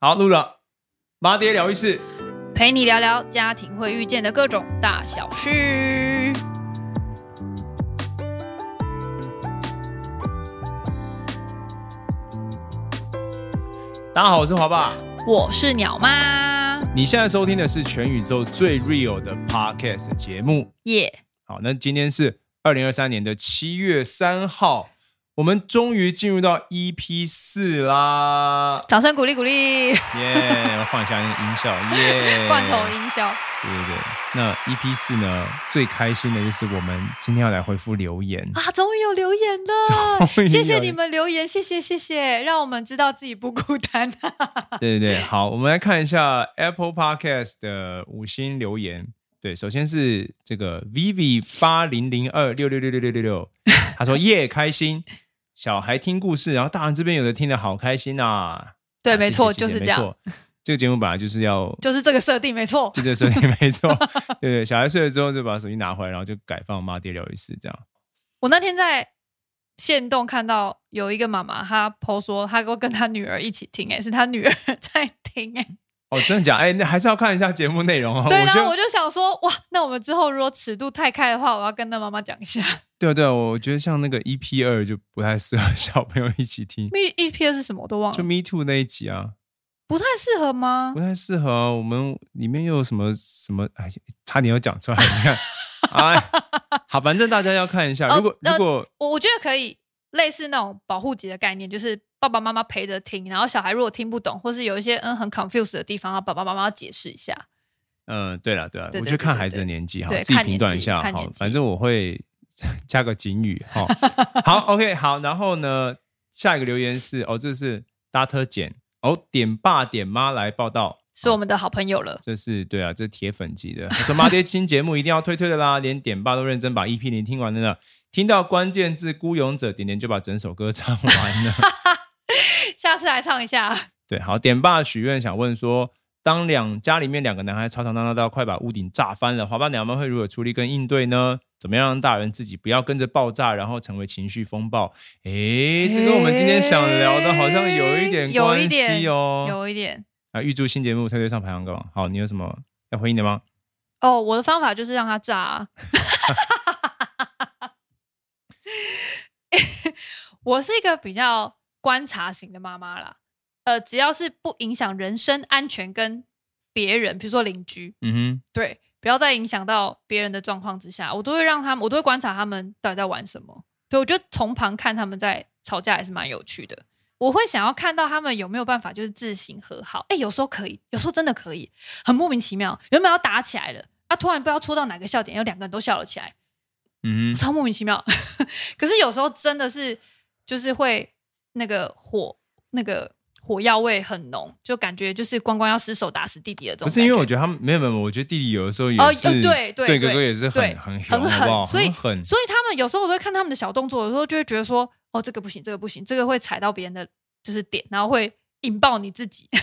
好，录了。马爹疗愈室，陪你聊聊家庭会遇见的各种大小事。大家好，我是华爸。我是鸟妈你现在收听的是全宇宙最 real 的 podcast 节目。耶好，那今天是二零二三年的七月三号，我们终于进入到 EP 四啦！掌声鼓励鼓励，耶、我放一下那个音 效，耶、罐头啊音效。对对对，那 EP 四呢，最开心的就是我们今天要来回复留言。啊，终于有留言了，终于有谢谢你们留言，谢谢谢谢，让我们知道自己不孤单、啊 对对对，好，我们来看一下 Apple Podcast 的五星留言。对，首先是这个 Vivi 八零零二六六六六六六六，他 说耶开心，小孩听故事，然后大人这边有的听得好开心啊。对，啊没错，谢谢就谢谢是这样，没错这个节目本来就是要就是这个设定，没错。就这设定，没 错。对对，小孩睡了之后就把手机拿回来，然后就改放妈爹聊一次这样。我那天在线动看到有一个妈妈，她 PO 说她跟跟她女儿一起听、哎，是她女儿在听、哎，哦，真的假的？哎，那还是要看一下节目内容哦。对，然觉得后我就想说，哇，那我们之后如果尺度太开的话，我要跟那妈妈讲一下。对啊对啊，我觉得像那个 EP 二就不太适合小朋友一起听， M E P 是什么？我都忘就了， Me Too 那一集啊。不太适合吗不？太适合啊、我们里面又有什么什么，哎，差点要讲出来，你 看，哎，好，反正大家要看一下。哦如果、呃如果我我觉得可以，类似那种保护级的概念，就是爸爸妈妈陪着听，然后小孩如果听不懂，或是有一些嗯很 confused 的地方，要爸爸妈妈解释一下。嗯、对了对了，呃对我对觉得看对对孩子的年纪哈，对自己看评年断一纪下看好年，纪反正我会加个警语 哈。好，OK，好，然后呢，下一个留言是哦，这是搭特简哦，点爸点妈来报道。是我们的好朋友 了，这是对啊，这是铁粉级的。他说：“妈爹新节目一定要推推的啦，连点爸都认真把 EP 零听完了呢。听到关键字‘孤勇者’，点点就把整首歌 唱完了。下次来唱一下。对，好，点爸许愿想问说，当两家里面两个男孩吵吵闹闹到快把屋顶炸翻了，华爸娘们会如何处理跟应对呢？怎么样让大人自己不要跟着爆炸，然后成为情绪风暴？诶，这跟我们今天想聊的好像有一点诶有关一点系哦。有一点啊，预祝新节目推推上排行榜。好，你有什么要回应的吗？哦，我的方法就是让它炸啊、 我是一个比较观察型的妈妈啦，呃，只要是不影响人身安全跟别人，比如说邻居，嗯哼。”对，不要在影响到别人的状况之下，我都会让他们，我都会观察他们到底在玩什么。对我觉得从旁看他们在吵架还是蛮有趣的。我会想要看到他们有没有办法就是自行和好。哎，有时候可以，有时候真的可以，很莫名其妙。原本要打起来了，啊，突然不知道戳到哪个笑点，有两个人都笑了起来，嗯哼，超莫名其妙。 可是有时候真的是就是会那个火那个火药味很浓，就感觉就是光光要失手打死弟弟的这种不感觉。是因为我觉得他们没有没有，我觉得弟弟有的时候也哦是、呃对对对对哥哥也是很对很很凶好不好？狠所以很狠，所以他们有时候我都会看他们的小动作，有时候就会觉得说，哦，这个不行，这个不行，这个会踩到别人的就是点，然后会引爆你自己。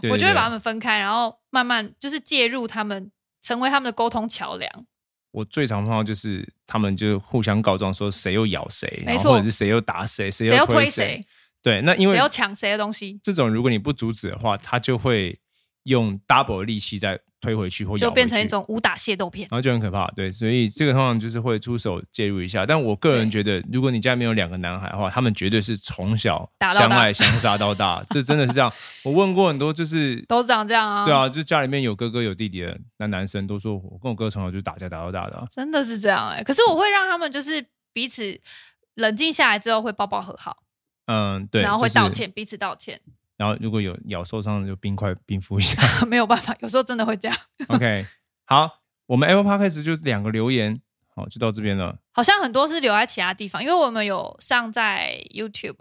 对我就会对把他们分开，然后慢慢就是介入他们，成为他们的沟通桥梁。我最常碰到就是他们就互相告状，说谁又咬谁，没然后错或者是谁又打谁，谁又谁要推谁谁。，对，那因谁为要抢谁的东西，这种如果你不阻止的话，他就会用 double 的力气再推回去或咬就回变成去一种武打械 斗片。然后就很可怕，对，所以这个通常就是会出手介入一下。但我个人觉得，如果你家里面有两个男孩的话，他们绝对是从小打到相大爱相杀到大，这真的是这样。我问过很多，就是都长这样啊，对，啊，就家里面有哥哥有弟弟的，那男生都说我跟我哥从小就打架打到大的啊、真的是这样哎、可是我会让他们就是彼此冷静下来之后会抱抱和好，嗯，对，然后会就是道歉，彼此道歉， 然后如果有咬受伤的就冰块冰敷一下。没有办法，有时候真的会这样。 OK，好，我们 Apple Podcast 就两个留言，好，就到这边了。好像很多是留在其他地方，因为我们有上在 YouTube。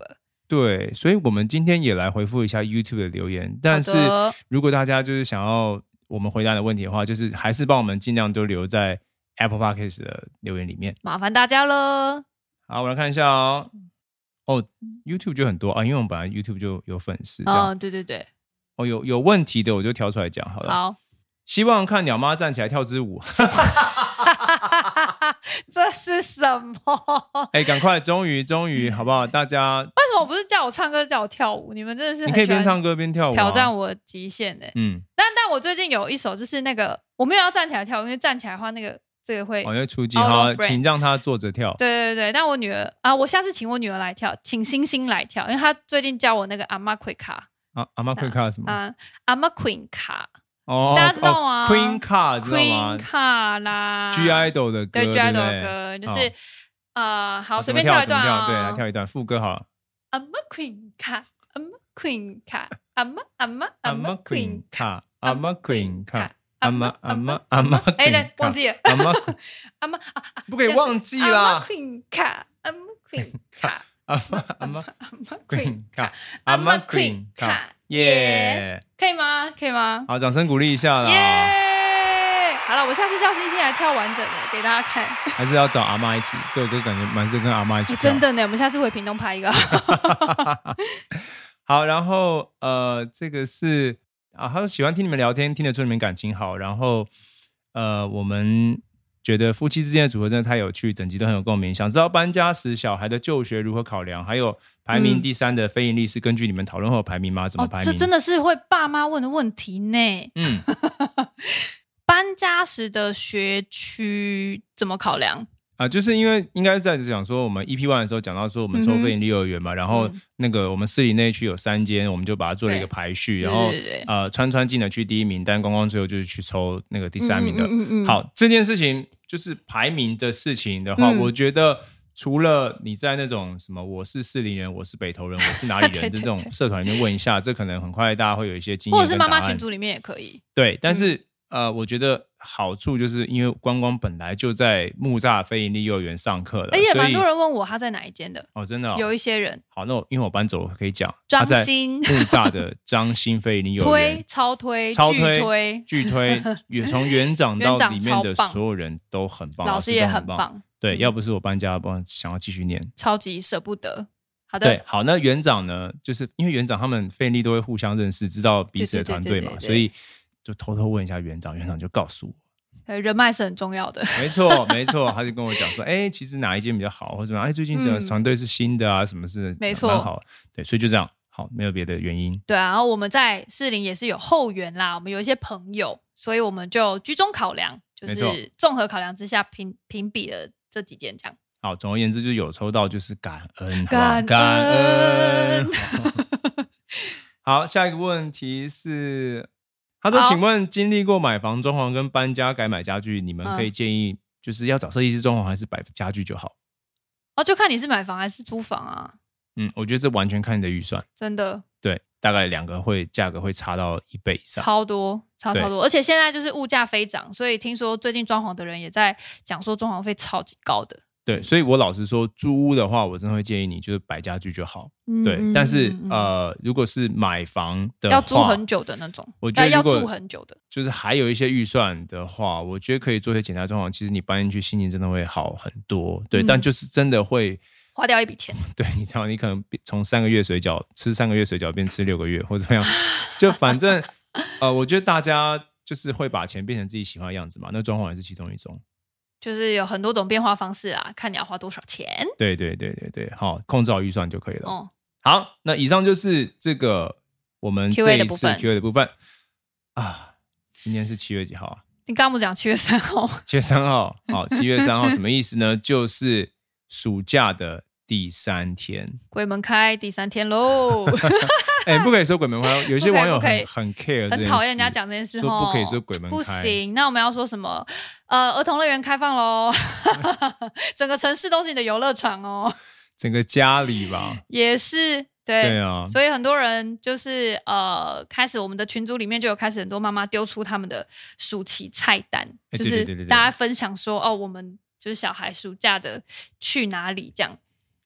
对，所以我们今天也来回复一下 YouTube 的留言。但是好的如果大家就是想要我们回答的问题的话，就是还是帮我们尽量都留在 Apple Podcast 的留言里面。麻烦大家了。好，我来看一下哦。哦，YouTube 就很多啊，因为我们本来 YouTube 就有粉丝这样。嗯，对对对，哦，有有问题的我就挑出来讲好了。好，希望看鸟妈站起来跳支舞。这是什 么？为哎，赶快，终于，终于，好不好？大家，什么不是叫我唱歌叫我跳舞？你们真的是你很可以喜欢边唱歌边跳舞、啊，挑战。我的极限呢、嗯，但但我最近有一首就是那个我没有要站起来跳，因为站起来的话那个这个会。好像哦出击 Out 哈， of frame 请让他坐着跳。对对对，但我女儿啊，我下次请我女儿来跳，请星星来跳，因为她最近教我那个阿妈 queen 卡啊，阿妈 Queen Car 什么？啊，阿妈 queen 卡哦，大家知道哦吗？Queen Car 知道 queen 吗卡啦？G Idol 的歌，对 G 不 I 的歌就是好呃，好随怎么便跳一段怎么啊，对，来跳一段副歌好了。阿妈 queen 卡，阿妈 queen 卡，阿妈阿妈阿，I'm 妈 a queen Queen 卡， Car。I'm a Queen Car。阿 I'm 妈 a 阿 I'm 妈 a I'm a 哎， Queen 对 Car，忘 记了 I'm a 阿妈啊啊，不可以忘记阿啦妈 queen 卡，阿妈 queen 卡， I'm a I'm a 阿妈 queen Queen 卡 Car。 I'm I'm a a Queen Queen Car Car。耶耶！可以吗？可以吗？好，掌声鼓励一下啦！耶！好了，我下次叫星星来跳完整的给大家看。还是要找阿妈一起，这首歌感觉蛮适合跟阿妈一起哎跳。真的呢，我们下次回屏东拍一个。 好，然后呃，这个是啊，他说喜欢听你们聊天，听得出你们感情好。然后呃，我们觉得夫妻之间的组合真的太有趣，整集都很有共鸣。想知道搬家时小孩的就学如何考量，还有排名嗯第三的非盈利是根据你们讨论后排名吗？怎么排名？哦这真的是会爸妈问的问题呢。嗯，搬家时的学区怎么考量？啊，就是因为应该是在讲说，我们 EP one 的时候讲到说，我们嗯收哼费幼儿园嘛，然后嗯那个我们市里那一区有三间，我们就把它做了一个对排序，然后对对对呃，川川进了去第一名，但光光最后就是去抽那个第第三名的。嗯嗯嗯嗯好，这件事情就是排名的事情的话，嗯我觉得。除了你在那种什么我是士林人，我是北投人，我是哪里 对人的对这种对社团里面问一下，这可能很快大家会有一些经验或跟答案。者是妈妈群组里面也可以。对，但是、呃，我觉得好处就是因为光光本来就在木栅非营利幼儿园上课了，哎，也所蛮以多人问我他在哪一间的，哦，真的、哦、有一些人好，那我因为我搬走，我可以讲张他在欣木栅的张新非营利幼儿推园。超推超巨推推，巨 推，远从园长到园长里面的超棒所有人都很棒，老师师都也很很。棒，对，嗯要不是我搬家，不然想要继续念。超级舍不得。好对的，，好，那园长呢，就是因为园长他们费力都会互相认识，知道彼此的对对团对队对嘛，对所以就偷偷问一下园长，园长就告诉我。呃人脉是很重要的。 没错，没错，他就跟我讲说，哎、其实哪一间比较好，或者什么，哎、最近什么嗯团队是新的啊，什么是没错蛮好，对，所以就这样，好，没有别的原因，对啊，然后我们在士林也是有后援啦，我们有一些朋友，所以我们就居中考量，就没错是综合考量之下评评比了这几件这样。好，总而言之就是有抽到就是感恩，好不感好恩感恩。 好，下一个问题是，他说，好请问经历过买房装潢跟搬家改买家具，你们嗯可以建议就是要找设计师装潢还是摆家具就好？哦，就看你是买房还是租房啊，嗯，我觉得这完全看你的预算，真的对，大概两个会价格会差到一倍以上。超多，超对超多，而且现在就是物价飞涨，所以听说最近装潢的人也在讲说装潢费超级高的。对，所以我老实说，租屋的话，我真的会建议你就是摆家具就好。嗯对，但是、嗯嗯嗯呃，如果是买房的话，要租很久的那种，我觉得呃要如果住很久的。就是还有一些预算的话，我觉得可以做一些简单装潢。其实你搬进去心情真的会好很多。对，嗯但就是真的会， 花掉一笔钱，对你知道，你可能变从三个月水饺吃三个月水饺变吃六个月，或者怎 么样，就反正呃，我觉得大家就是会把钱变成自己喜欢的样子嘛。那装潢也是其中一种。就是有很多种变化方式啊，看你要花多少钱。对对对对对，好，控制好预算就可以了。哦、好，那以上就是这个我们 Q&A 这一的部次分 Q&A 的部分啊。今天是七月几号啊？你刚刚不讲七月三号吗？七月三号。哦好，七月三号什么意思呢？ 就是暑假的第三 天。鬼门开第三 天喽，哎、不可以说鬼门开，有一些网友不可以很很 care，这件很事讨厌人家讲这件事说吼不可以说鬼门开，不行，那我们要说什么？呃，儿童乐园开 放喽，整个城市都是你的游乐场哦，整个家里吧。也是 对。对啊，所以很多人就是呃，开始我们的群组里面就有开始很多妈妈丢出他们的暑期菜单，哎就对对对对是对大家分享说哦，我们就是小孩暑假的去哪里这样。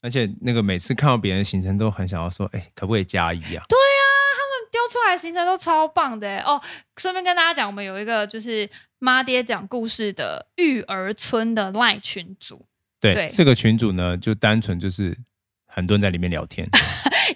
而且那个每次看到别人的行程，都很想要说，哎、可不可以加一啊？丢出来的行程都超棒的欸哦！顺便跟大家讲，我们有一个就是妈爹讲故事的育儿村的赖群组，对， 对这个群主呢，就单纯就是很多人在里面聊天，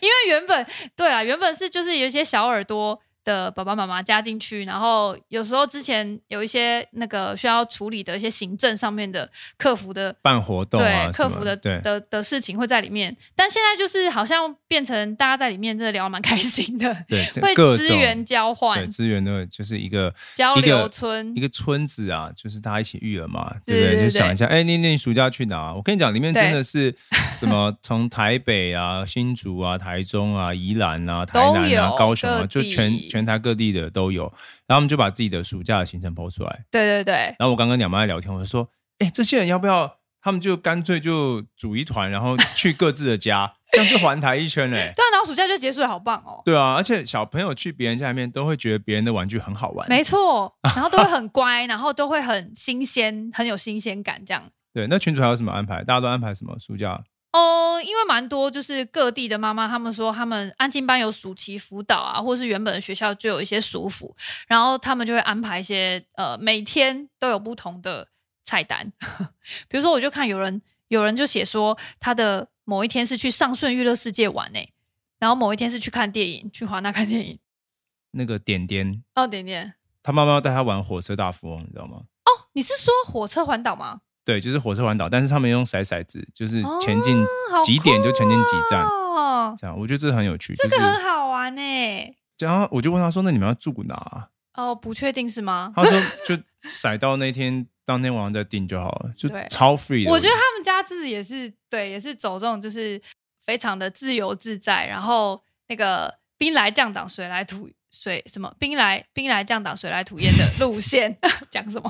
因为原本对啦，原本是就是有一些小耳朵。的爸爸妈妈加进去，然后有时候之前有一些那个需要处理的一些行政上面的客服的办活动啊对什客么服的对的的事情会在里面，但现在就是好像变成大家在里面真的聊得蛮开心的， 对这会各资种源交对换、资源的，就是一个交一个流村一，个村子啊，就是大家一起育儿嘛，对对不对就对想一下，哎，你你暑假去哪？啊我跟你讲，里面对真的是什 么，从台北啊、新竹啊、台中啊、宜兰啊、台都南啊、有高雄啊，各就全地全台各地的都有。然后我们就把自己的暑假的行程抛出来。对对对，然后我刚跟鸟妈在聊天，我就说，哎，这些人要不要？他们就干脆就组一团，然后去各自的 家，这样就环台一圈嘞、对啊，然后暑假就结束了，好棒哦，对啊，而且小朋友去别人家里面都会觉得别人的玩具很好玩。没错，然后都会很乖，然后都会很新鲜，很有新鲜感这样。对，那群主还有什么安排？大家都安排什么？暑假？哦，因为蛮多就是各地的妈妈，他们说他们安亲班有暑期辅导啊，或是原本的学校就有一些暑辅，然后他们就会安排一些呃，每天都有不同的菜单。 比如说，我就看有人有人就写说他的某一天是去上顺娱乐世界玩呢、欸然后某一天是去看电影，去华纳看电影。那个点点，哦，点点，哦他妈妈要带他玩火车大富翁，你知道吗？你是说火车环岛吗？对，就是火车环岛，但是他们用骰骰子，就是哦前进几点就前进几站，哦，这样我觉得这很有趣。这个就很是，好玩呢、然后我就问他说：“那你们要住哪啊？”哦，不确定是吗？他 说：“就骰到那天当天晚上再订就好了，就对超 free 的。”我觉得他们家自己也是对，也是走这种就是非常的自由自在，然后那个兵来将挡，水来土水什么兵来兵来将挡，水来土掩的路线， 讲什么？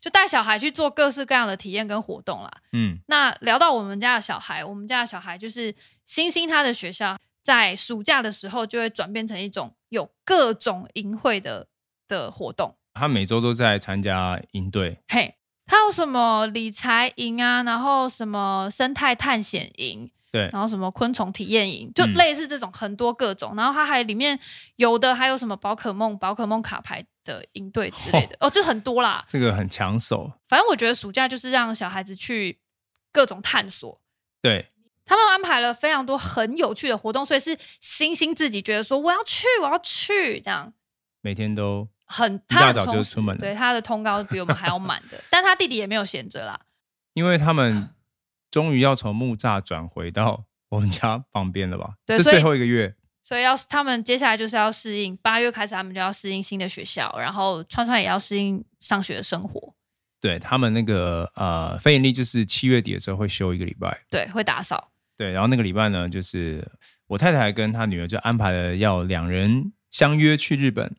就带小孩去做各式各样的体验跟活动啦。嗯，那聊到我们家的小孩，我们家的小孩就是星星，他的学校在暑假的时候就会转变成一种有各种营会的的活动。他每周都在参加营队，嘿，他有什么理财营啊，然后什么生态探险营，对，然后什么昆虫体验营，就嗯类似这种很多各种。然后它还里面有的还有什么宝可梦、宝可梦卡牌的营队之类的，哦，这很多啦。这个很抢手。反正我觉得暑假就是让小孩子去各种探索。对，他们安排了非常多很有趣的活动，所以是星星自己觉得说我要去，我要去这样。每天都很，一大他的早就充实出门了对他的通告比我们还要满的，但他弟弟也没有闲着啦。因为他们终于要从木栅转回到我们家旁边了吧？ 对这所以最后一个月，所以要是他们接下来就是要适应，八月开始他们就要适应新的学校，然后川川也要适应上学的生活，对他们那个呃非盈利就是七月底的时候会休一个礼拜，对，会打扫， 对，然后那个礼拜呢，就是我太太跟她女儿就安排了要两人相约去日本，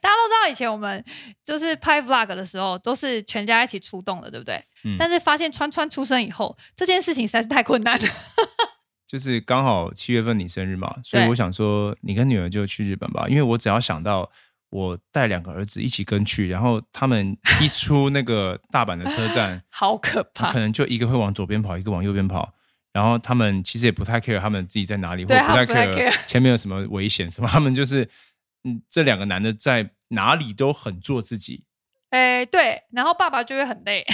大家都知道，以前我们就是拍 vlog 的时候，都是全家一起出动的，对不对？嗯但是发现川川出生以后，这件事情实在是太困难了。 就是刚好七月份你生日嘛，所以对我想说你跟女儿就去日本吧，因为我只要想到。我带两个儿子一起跟去，然后他们一出那个大阪的车站，好可他怕可！能就一个会往左边跑，一个往右边跑。然后他们其实也不太 care 他们自己在哪里，或对者不他太们不太 care 前面有什么危险什么，他们就是嗯，这两个男的在哪里都很做自己。哎、对，然后爸爸就会很累，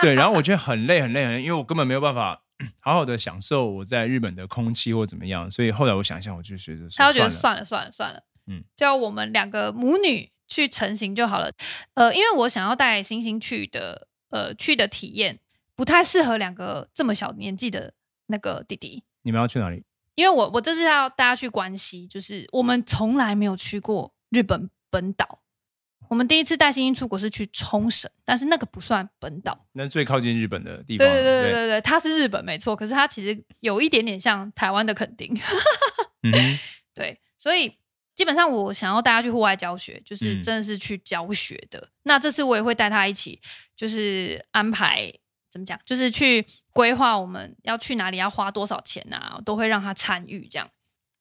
对，然后我觉得很累很累很累，因为我根本没有办法好好的享受我在日本的空气或怎么样，所以后来我想一想，我就觉得说他就觉算得了，算了算了算了，嗯嗯，就要我们两个母女去成型就好了。呃，因为我想要带星星去的，呃，去的体验不太适合两个这么小年纪的那个弟弟，你们要去哪里？因为我我这次要大家去关西，就是我们从来没有去过日本本岛。我们第一次带星星出国是去冲绳，但是那个不算本岛。那最靠近日本的地方，对对对对对对，它是日本没错，可是它其实有一点点像台湾的垦丁。嗯哼，对，所以基本上我想要大家去户外教学，就是嗯真的是去教学的。那这次我也会带他一起，就是安排怎么讲，就是去规划我们要去哪里，要花多少钱啊，都会让他参与这样。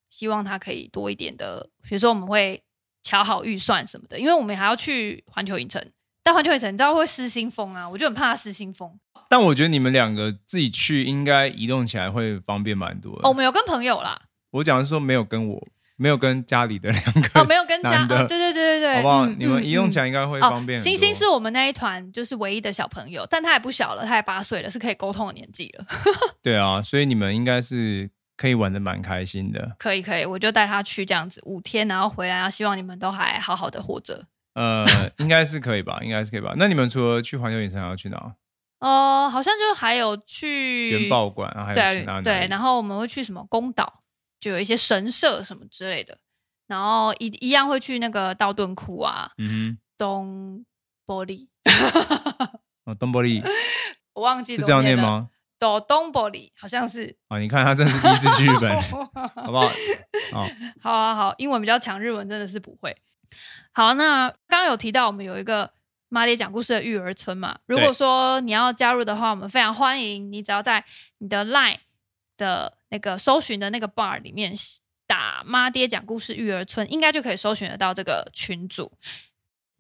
希望他可以多一点的，比如说我们会瞧好预算什么的，因为我们还要去环球影城。但环球影城你知道会失心疯啊，我就很怕他失心疯。但我觉得你们两个自己去应该移动起来会方便蛮多的。哦，我们有跟朋友啦， 我讲的是说没有跟我，没有跟家里的两个哦，没有跟家，男的哦、对对对对对，好不好？嗯你们嗯移动嗯起来应该会哦，方便很多。星星是我们那一团就是唯一的小朋友，但他也不小了，他也八岁了，是可以沟通的年纪了。对啊，所以你们应该是可以玩的蛮开心的。 可以可以，我就带他去这样子五天，然后回来，然后希望你们都还好好的活着。呃，应该是可以吧，应该是可以吧。那你们除了去环球影城，还要去哪？哦、好像就还有去元爆馆，然后还有对去哪里？对，然后我们会去什么宫岛，就有一些神社什么之类的，然后一一样会去那个道顿窟啊、嗯东玻璃，哼，哦，东伯利我忘记是怎么这样念念了？吗？斗东玻璃好像 是。 哦啊，你看他真的是第一次去日本，好好不好？ 好好，英文比较强，日文真的是不会。好，那刚刚有提到我们有一个马里讲故事的育儿村嘛，如果说你要加入的话，我们非常欢迎你，只要在你的 LINE 的那个搜寻的那个 bar 里面打“妈爹讲故事育儿村”，应该就可以搜寻得到这个群组。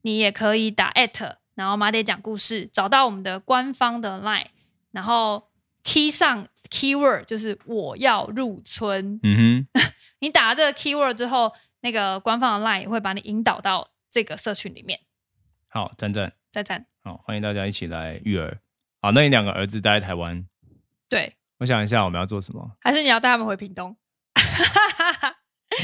你也可以打 at，然后妈爹讲故事，找到我们的官方的 LINE，然后 key 上 keyword 就是我要入村，嗯哼，你打了这个 keyword 之后，那个官方的 line 也会把你引导到这个社群里面。好，赞赞，赞赞，好，欢迎大家一起来育儿。好，那你两个儿子待在台湾，对，我想一下我们要做什么？还是你要带他们回屏东？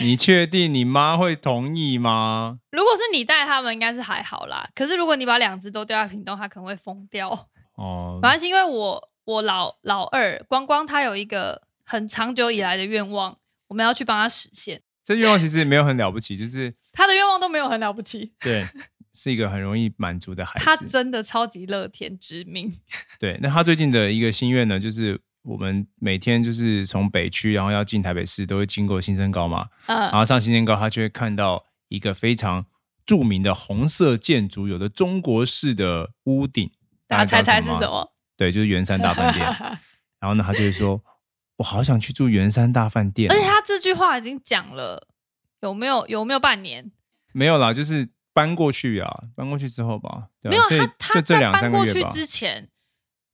你确定你妈会同意吗？如果是你带他们，应该是还好啦。可是如果你把两只都丢在屏东，它可能会疯掉。哦，反正是因为我我老老二光光他有一个很长久以来的愿望，我们要去帮他实现。这愿望其实也没有很了不起，就是他的愿望都没有很了不起，对，是一个很容易满足的孩他子。真的超级乐天知命。对，那他最近的一个心愿呢，就是我们每天就是从北区，然后要进台北市，都会经过新生高嘛，嗯然，后上新生高，他就会看到一个非常著名的红色建筑，有的中国式的屋顶，大家猜知道猜是吗什？么？对，就是圆山大饭 店。然后呢，他就会说：“我好想去住圆山大饭店哦。”而且他这句话已经讲了有没有有没有半年？没有啦，就是搬过去啊，搬过去之后吧，对啊没有所以他他就这在两搬三个过月去吧。之前，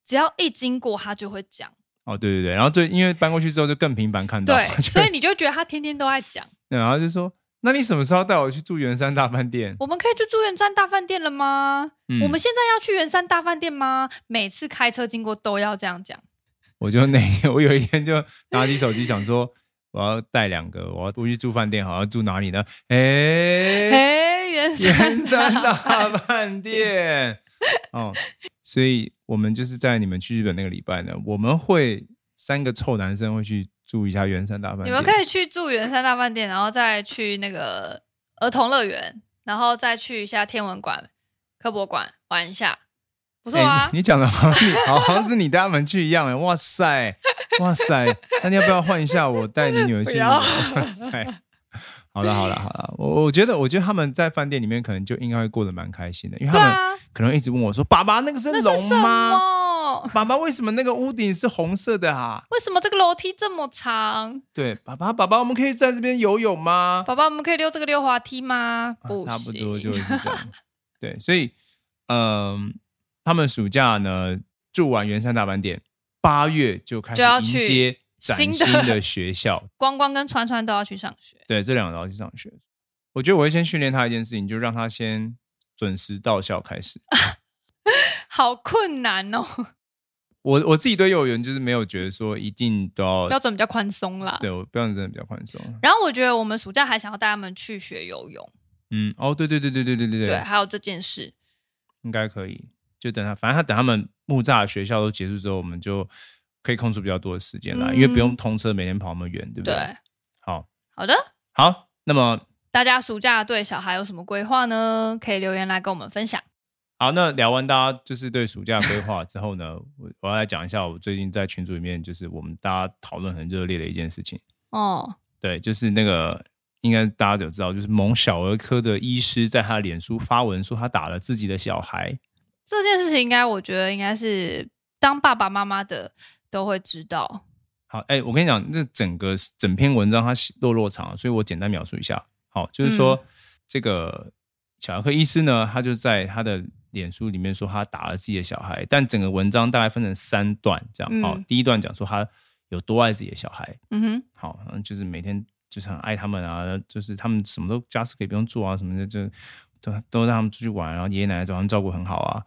只要一经过他就会讲，哦，对对对，然后最因为搬过去之后就更频繁看到，对， 就所以你就觉得他天天都在讲。对然后就说：“那你什么时候带我去住圆山大饭店我们可以去住圆山大饭店了吗？？”嗯我们现在要去圆山大饭店吗？每次开车经过都要这样讲。我就那天我有一天就拿起手机想说。我要带两个，我要不去住饭店，好要住哪里呢？哎，哎，圆圆山山大饭店饭店。哦，所以我们就是在你们去日本那个礼拜呢，我们会三个臭男生会去住一下圆山大饭店。你们可以去住圆山大饭店，然后再去那个儿童乐园，然后再去一下天文馆、科博馆玩一下，不错哎啊。你你讲的好像你好像是你带他们去一样哎，哇塞，哇塞，那你要不要换一下？我带你女儿去不日本？要哇塞，好了好了好了，我我觉得我觉得他们在饭店里面可能就应该会过得蛮开心的，因为他对们啊，可能一直问我说：“爸爸，那个是那是龙什吗？么？爸爸，为什么那个屋顶是红色的啊？为什么这个楼梯这么长？对，爸爸，爸爸，我们可以在这边游泳吗？宝宝，我们可以溜这个溜滑梯吗？啊不行，差不多就是这 样。对，所以，嗯、他们暑假呢住完圆山大饭店，八月就开始就要迎去接崭新的新 的学校。光光跟川川都要去上学。对，这两个都要去上学。我觉得我会先训练他一件事情，就让他先准时到校开始。好困难哦，我我自己对幼儿园就是没有觉得说一定都要，标准比较宽松啦。对我标准真的比较宽松。然后我觉得我们暑假还想要带他们去学游泳，嗯，哦，对对对对对对对对，还有这件事，应该可以。就等他，反正他等他们木栅学校都结束之后，我们就可以空出比较多的时间来，嗯因为不用通车，每天跑那么远，对不对？对，好，好的。好，那么大家暑假对小孩有什么规划呢？可以留言来跟我们分享。好，那聊完大家就是对暑假规划之后呢，我我要来讲一下我最近在群组里面就是我们大家讨论很热烈的一件事情，哦，对，就是那个应该大家有知道，就是某小儿科的医师在他的脸书发文说他打了自己的小孩，这件事情应该我觉得应该是当爸爸妈妈的都会知道。好，哎、我跟你讲，这整个整篇文章它是落落长，所以我简单描述一下。好，就是说、这个小儿科医师呢，他就在他的脸书里面说他打了自己的小孩，但整个文章大概分成三段这样。嗯好，第一段讲说他有多爱自己的小孩，嗯哼，好，嗯就是每天就是很爱他们啊，就是他们什么都家事可以不用做啊，什么的就都都让他们出去玩，然后爷爷奶奶早上照顾很好啊。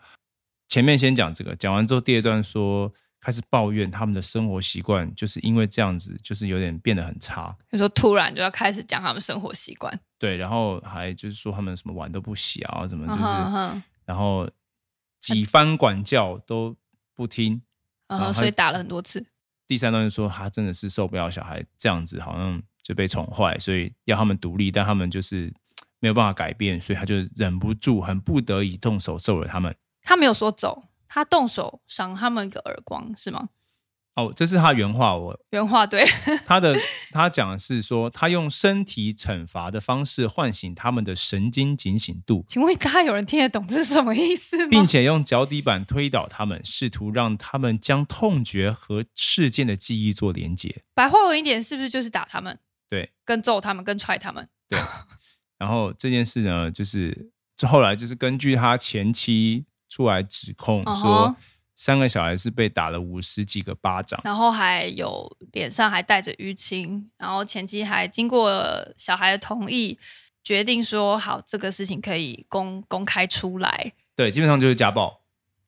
前面先讲这个，讲完之后，第二段说开始抱怨他们的生活习惯，就是因为这样子，就是有点变得很差。有时候突然就要开始讲他们生活习惯，对，然后还就是说他们什么碗都不洗啊，怎么就是，嗯哼哼然后几番管教都不听。嗯然后哼，他所以打了很多次，第三段就说他真的是受不了小孩这样子，好像就被宠坏，所以要他们独立，但他们就是没有办法改变，所以他就忍不住，很不得已动手揍了他们。他没有说走，他动手赏他们一个耳光，是吗？哦，这是他原话，我原话对， 他的他讲的是说，他用身体惩罚的方式唤醒他们的神经警醒度，请问大家有人听得懂这是什么意思吗？并且用脚底板推倒他们，试图让他们将痛觉和事件的记忆做连结。白话文一点，是不是就是打他们？对，跟揍他们，跟踹他们。然后这件事呢，就是这后来就是根据他前妻出来指控嗯哼说，三个小孩是被打了五十几个巴掌。然后还有脸上还带着淤青，然后前期还经过小孩的同意，决定说好这个事情可以公公开出来。对，基本上就是家暴。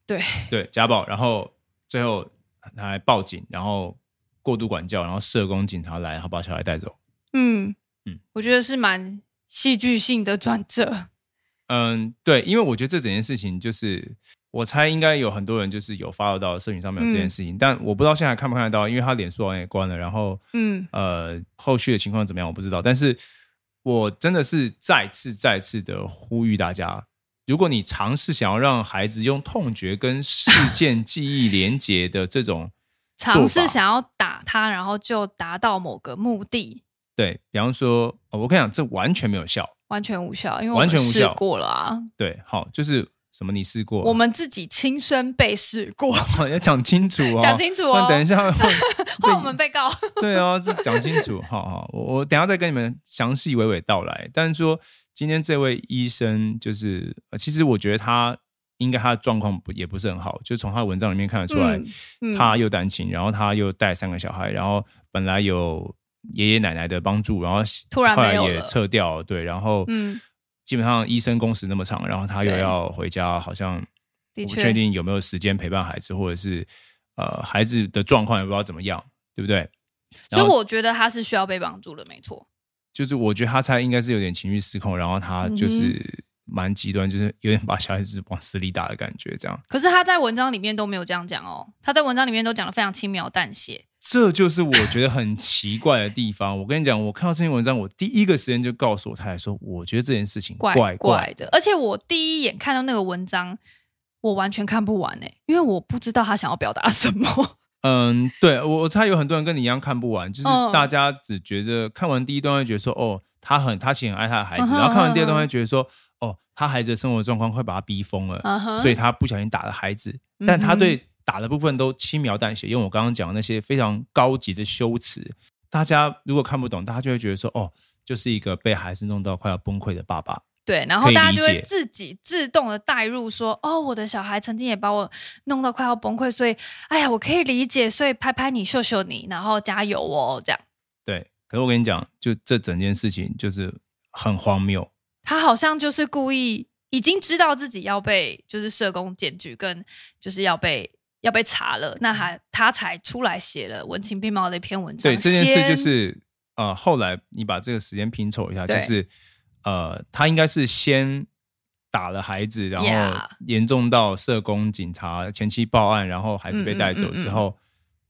对对，家暴，然后最后他还报警，然后过度管教，然后社工、警察来，然后把小孩带走。嗯嗯我觉得是蛮戏剧性的转折。嗯，对，因为我觉得这整件事情就是，我猜应该有很多人就是有发 o 到社群上面有这嗯件事情，但我不知道现在还看不看得到，因为他脸书好像也关了，然后嗯，呃，后续的情况怎么样我不知道，但是我真的是再次再次的呼吁大家，如果你尝试想要让孩子用痛觉跟事件记忆连结的这种 做法，尝试想要打他，然后就达到某个目的，对，比方说，哦我跟你讲，这完全没有效。完全无效，因为我完们全无试效过了啊，对，好，就是什么你试过？ 我们自己亲身被试过， 要讲清楚哦，讲清楚哦不然等一下 会换我们被告。 对啊，这讲清楚，好好，我我等一下再跟你们详细娓娓道来。但是说今天这位医生，就是、呃其实我觉得他应该他的状况不也不是很好，就是从他的文章里面看得出来，嗯嗯他又单亲，然后他又带三个小孩，然后本来有爷爷奶奶的帮助，然后突然后来没有也了撤掉，对，然后嗯基本上医生工时那么长，然后他又对要回家，好像的我不确确定有没有时间陪伴孩子，或者是呃孩子的状况也不知道怎么样，对不对？所然以后我觉得他是需要被帮助的，没错。就是我觉得他猜应该是有点情绪失控，然后嗯他就是蛮极端，就是有点把小孩子往死里打的感觉，这样。可是他在文章里面都没有这样讲哦，他在文章里面都讲的非常轻描淡写。这就是我觉得很奇怪的地方。我跟你讲，我看到这篇文章，我第一个时间就告诉我太太说，我觉得这件事情怪怪怪的，而且我第一眼看到那个文章，我完全看不完哎、因为我不知道他想要表达什么。 嗯，对我我猜有很多人跟你一样看不完，就是嗯大家只觉得看完第一段会觉得说，哦，他很他其实很爱他的孩嗯子，哼然后看完第二段嗯哼会觉得说，哦，他孩子的生活状况快把他逼疯了，嗯哼所以他不小心打了孩子，但他对打的部分都轻描淡写，用我刚刚讲的那些非常高级的修辞，大家如果看不懂，大家就会觉得说，哦，就是一个被孩子弄到快要崩溃的爸爸。对，然可后以大家理就会解自己自动的带入说，哦，我的小孩曾经也把我弄到快要崩溃，所以，哎呀，我可以理解，所以拍拍你，秀秀你，然后加油哦，这样。对，可是我跟你讲，就这整件事情就是很荒谬，他好像就是故意已经知道自己要被就是社工检举跟就是要被要被查了，那他他才出来写了文情并茂的一篇文章。嗯对这件事就先是呃，后来你把这个时间拼凑一下，就对是呃，他应该是先打了孩子，然 Yeah 后严重到社工、警察前期报案，然后孩子被带走嗯嗯嗯嗯之后。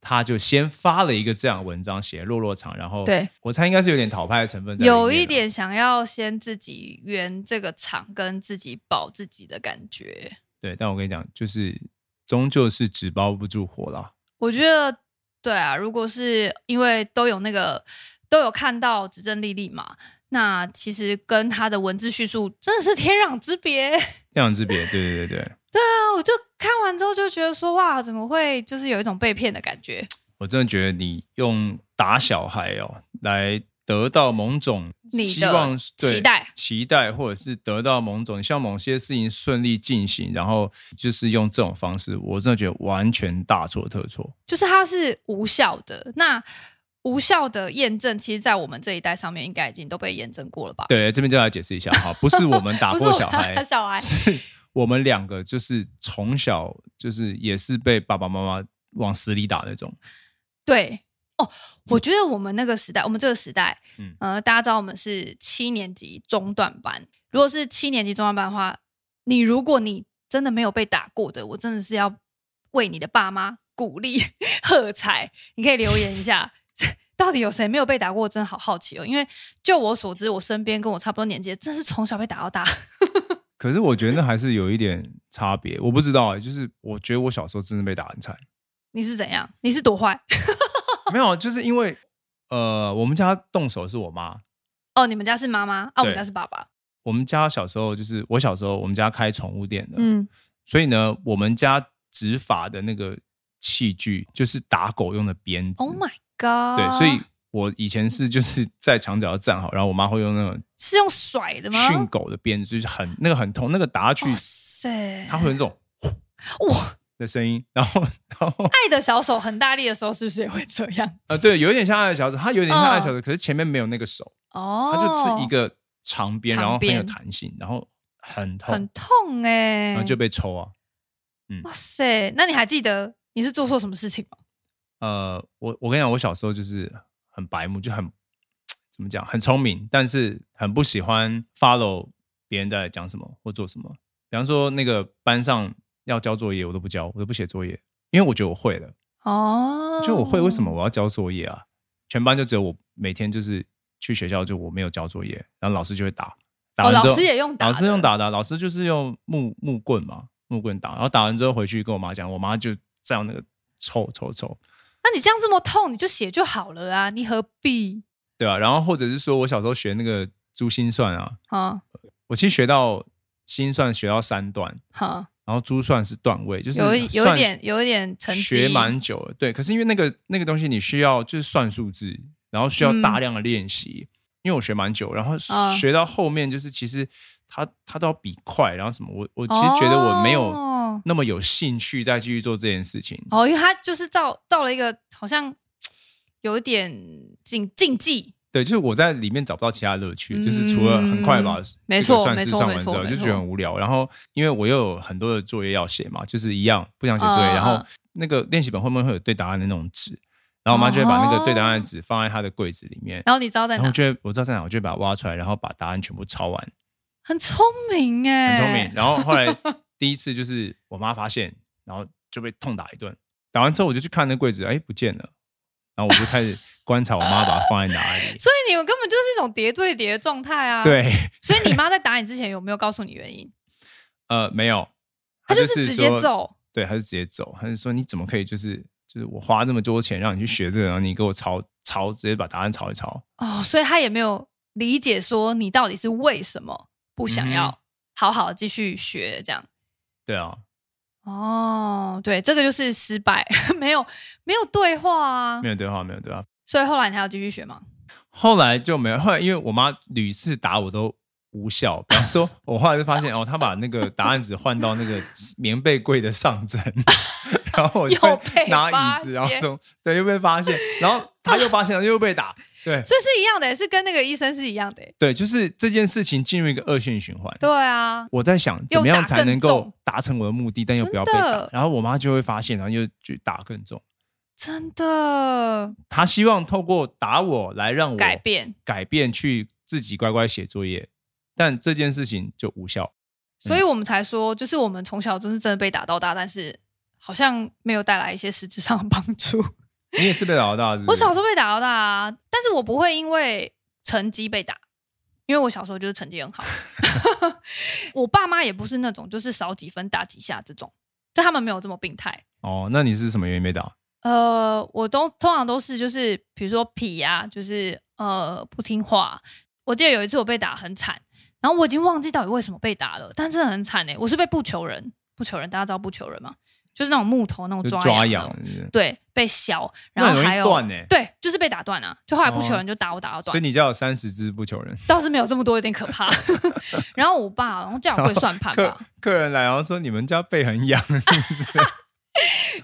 他就先发了一个这样的文章，写落落场，然后对我猜应该是有点讨拍的成分在里面啊，有一点想要先自己圆这个场，跟自己保自己的感觉。对。但我跟你讲，就是终究是纸包不住火啦。我觉得对啊，如果是因为都有那个都有看到指证莉莉嘛，那其实跟他的文字叙述真的是天壤之别。 天壤之别，对对对对，啊我就看完之后就觉得说，哇，怎么会就是有一种被骗的感觉？我真的觉得你用打小孩哦来得到某种你的希望、对期待、期待，或者是得到某种像某些事情顺利进行，然后就是用这种方式，我真的觉得完全大错特错。就是它是无效的。那无效的验证，其实，在我们这一代上面，应该已经都被验证过了吧？对，这边就来解释一下哈，不是我们打不是破我小孩打， 小孩，是我们两个就是从小就是也是被爸爸妈妈往死里打那种。对哦，我觉得我们那个时代，我们这个时代，嗯嗯，呃，大家知道我们是七年级中段班。如果是七年级中段班的话，你如果你真的没有被打过的，我真的是要为你的爸妈鼓励 喝彩。你可以留言一下，到底有谁没有被打过？我真的好好奇哦，因为就我所知，我身边跟我差不多年纪的，真的是从小被打到大。 可是我觉得那还是有一点差别，我不知道、欸，就是我觉得我小时候真的被打得很惨，你是怎样？你是多坏？ 没有，就是因为呃，我们家动手是我妈，哦，你们家是妈妈啊，我们对家是爸爸。我们家小时候就是我小时候，我们家开宠物店的，嗯，所以呢，我们家执法的那个器具就是打狗用的鞭子。 Oh my god！对，所以我以前是就是在墙角站好，然后我妈会用那种是用甩的吗？训狗的鞭子，就是很那个很痛，那个打下去哇，塞！它会有那种哇，的声音，然后 然后爱的小手很大力的时候，是不是也会这样？呃，对，有一点像爱的小指，它有点像爱的嗯小指，可是前面没有那个手，哦，它就是一个长鞭，长然后很有鞭弹性，然后很痛，很痛哎、然后就被抽啊。哇塞！那你还记得你是做错什么事情吗？呃，我我跟你讲，我小时候就是很白目，就很怎么讲，很聪明，但是很不喜欢 follow 别人在讲什么或做什么。比方说，那个班上要交作业，我都不交，我都不写作业，因为我觉得我会了，哦，就我会，为什么？我要交作业啊？全班就只有我每天就是去学校，就我没有交作业，然后老师就会打，打哦，完老之后、师也用打，老师用，打的啊，老师就是用木木棍嘛，木棍打，然后打完之后回去跟我妈讲，我妈就这样那个抽抽抽，那你这样这么痛，你就写就好了啊，你何必对啊，然后或者是说我小时候学那个珠心算啊，啊？我其实学到心算学到三段，哈，然后珠算是段位，就是有一有一算点有一点成绩学蛮久了，对。可是因为那个那个东西你需要就是算数字，然后需要嗯大量的练习，因为我学蛮久，然后啊学到后面就是其实它它都要比快，然后什么，我我其实觉得我没有哦，那么有兴趣再继续做这件事情，哦因为他就是到到了一个好像有一点禁禁忌，对，就是我在里面找不到其他乐趣，就是除了很快把嗯这没个错算没式错上没完之错后，没就觉错得很无聊。然后因为我又有很多的作业要写嘛，就是一样不想写作业，嗯然后嗯那个练习本后面会有对答案的那种纸，然后我妈就会把那个对答案的纸放在她的柜子里面，然后你知道在然哪后？就会我知道在哪，我就会把它挖出来，然后把答案全部抄完，很聪明哎、。很聪明。然后后来第一次就是我妈发现，然后就被痛打一顿。打完之后我就去看那柜子，哎不见了，然后我就开始观察我妈把它放在哪里所以你们根 本就是一种叠对叠的状态啊。，对，所以你妈在打你之前有没有告诉你 原因？呃，没有，她就就是直接说，走。对，他是直接走，他就说你怎么可以就是就是我花那么多钱让你去学这个，然后你给我抄抄，直接把答案抄一抄，哦，所以她也没有理解说你到底是为什么不想嗯要好好继续学这样。对啊，哦，对，这个就是失败， 没有没有对话啊没。有对话，没有对话。所以后来你还要继续学吗？后来就没有，后来因为我妈屡次打我都无效，比方说我后来就发现哦，她把那个答案纸换到那个棉被柜的上层， 然后我就又被拿发椅子，然后现从对又被发现，然后她又发现了又被打，对所以是一样的，是跟那个医生是一样的。对，就是这件事情进入一个恶性循环。对啊，我在想怎么样才能又打更够重达成我的目的，但又不要被真的打。然后我妈就会发现，然后又去打更重。真的她希望透过打我来让我嗯改变。改变去自己乖乖写作业，但这件事情就无效。所以我们才说，就是我们从小真是真的被打到大，但是好像没有带来一些实质上的帮助。你也是被打到大，我小时候候被打到大啊，但是我不会因为成绩被打，因为我小时候就是成绩很好。 我爸妈也不是那种就是少几分打几下这种，就他们没有这么病态。哦，那你是什么原因被打？呃，我都通常都是就是比如说痞啊，就是呃不听话。我记得有一次我被打很惨，然后我已经忘记到底为什么被打了，但真的很惨哎、我是被不求人，不求人，大家知道不求人吗？就是那种木头那就种抓抓痒那痒种，，对，被削，那然后很容还易有断呢。对，就是被打断啊，就后来不求哦人就打我打到所以断，你家有三十只不求人，倒是没有这么多，有点可怕。然后我爸然后叫我跪算盘客吧，客人来然后说你们家背很痒，是不是？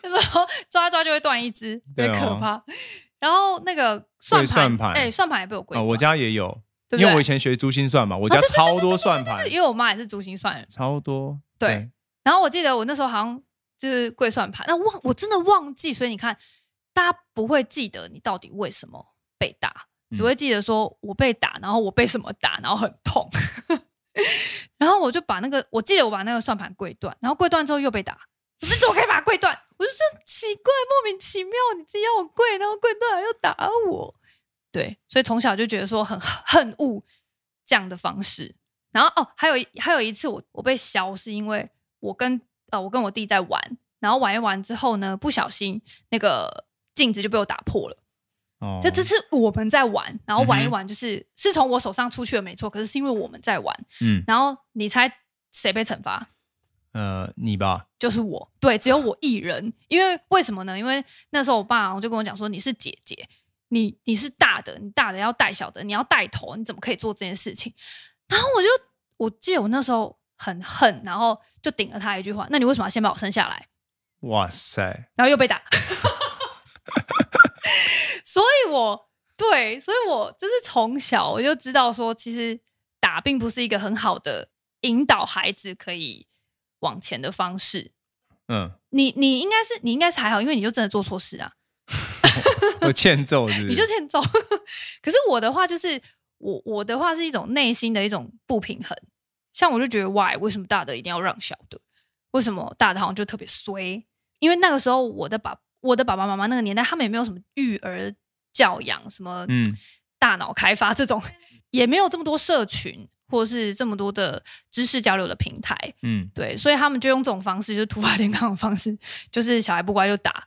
就说抓一抓就会断一只，有对点啊可怕。然后那个算跪盘，算盘哎，算盘也被我跪啊，断，我家也有，对因不为对我以前学珠心算嘛，我家哦对对对超多算盘对，因为我妈也是珠心算人，超多。对然后我记得我那时候好像就是跪算盘。那忘我真的忘记，所以你看，大家不会记得你到底为什么被打，只会记得说我被打，然后我被什么打，然后很痛。 然后我就把那个，我记得我把那个算盘跪断，然后跪断之后又被打。我说你怎么可以把它跪断？我就说奇怪，莫名其妙，你自己要我跪，然后跪断还要打我。对，所以从小就觉得说很恨恶这样的方式。然后哦，还有一还有一次我我被削是因为我跟呃我跟我弟在玩，然后玩一玩之后呢，不小心那个镜子就被我打破了。哦，这只是我们在玩，然后玩嗯一哼玩就是、是从我手上出去的没错，可是是因为我们在玩。嗯然后你猜谁被惩罚？呃，你吧，就是我，对，只有我一人。因为为什么呢？因为那时候我爸好像就跟我讲说，你是姐姐，你你是大的，你大的要带小的，你要带头，你怎么可以做这件事情？然后我就我记得我那时候很恨，然后就顶了他一句话：那你为什么要先把我生下来？哇塞，然后又被打。 所以我对，所以我就是从小我就知道说，其实打并不是一个很好的引导孩子可以往前的方式。 嗯，你你应该是你应该是还好，因为你就真的做错事啊，我欠揍是不是？你就欠揍。 可是我的话就是我我的话是一种内心的一种不平衡，像我就觉得 why 为什么大的一定要让小的？为什么大的好像就特别衰？因为那个时候我的爸我的爸爸妈妈那个年代，他们也没有什么育儿教养，什么嗯大脑开发这种， 也没有这么多社群或是这么多的知识交流的平台。嗯，对，所以他们就用这种方式，就是突发炼钢的方式，就是小孩不乖就打。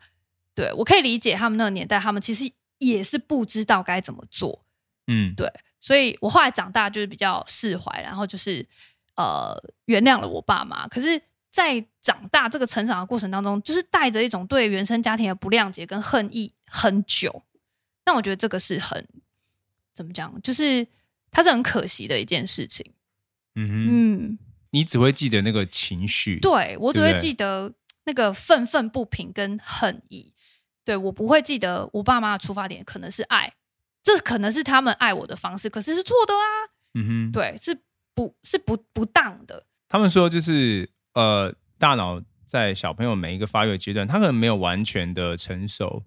对我可以理解他们那个年代，他们其实也是不知道该怎么做，嗯，所以我后来长大就是比较释怀，然后就是呃原谅了我爸妈。可是，在长大这个成长的过程当中，就是带着一种对原生家庭的不谅解跟恨意很久。那我觉得这个是很怎么讲，就是它是很可惜的一件事情。嗯哼，嗯，你只会记得那个情绪，，对我只对会不对记得那个愤愤不平跟恨意，对我不会记得我爸妈的出发点可能是爱，这可能是他们爱我的方式，可是是错的啊，嗯哼，对，是不，是不不当的，他们说就是呃，大脑在小朋友每一个发育的阶段，他可能没有完全的成熟，